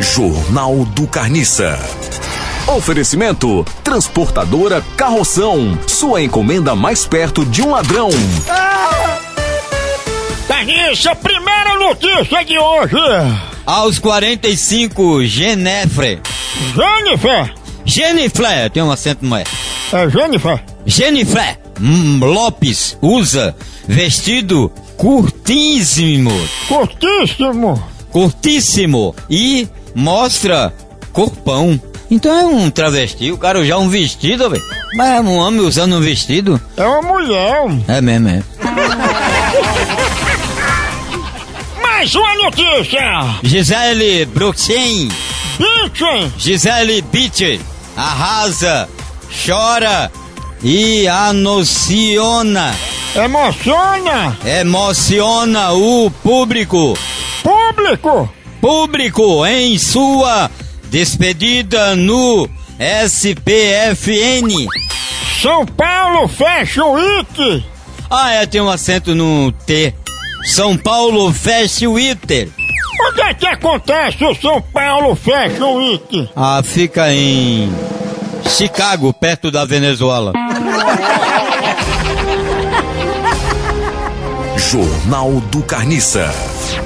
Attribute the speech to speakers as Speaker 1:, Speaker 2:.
Speaker 1: Jornal do Carniça. Oferecimento: Transportadora Carroção. Sua encomenda mais perto de um ladrão.
Speaker 2: Carniça, primeira notícia de hoje.
Speaker 3: Aos 45, Genefre.
Speaker 2: Jennifer,
Speaker 3: Geniflé, tem um acento, não é?
Speaker 2: é Jennifer,
Speaker 3: Geniflé hum, Lopes usa vestido curtíssimo,
Speaker 2: curtíssimo.
Speaker 3: curtíssimo e mostra corpão. Então é um travesti, o cara já um vestido, velho. Mas é um homem usando um vestido?
Speaker 2: É uma mulher.
Speaker 3: É mesmo, é.
Speaker 2: Mais uma notícia.
Speaker 3: Gisele Bruxin,
Speaker 2: Bitchin,
Speaker 3: Gisele Beach, arrasa, chora e anociona.
Speaker 2: emociona.
Speaker 3: emociona o público.
Speaker 2: Público,
Speaker 3: Público em sua despedida no SPFN.
Speaker 2: São Paulo Fashion Week.
Speaker 3: Ah, é, tem um acento no T. São Paulo Fast Twitter.
Speaker 2: Onde é que acontece o São Paulo Fashion Week?
Speaker 3: Ah, fica em Chicago, perto da Venezuela.
Speaker 1: Jornal do Carniça.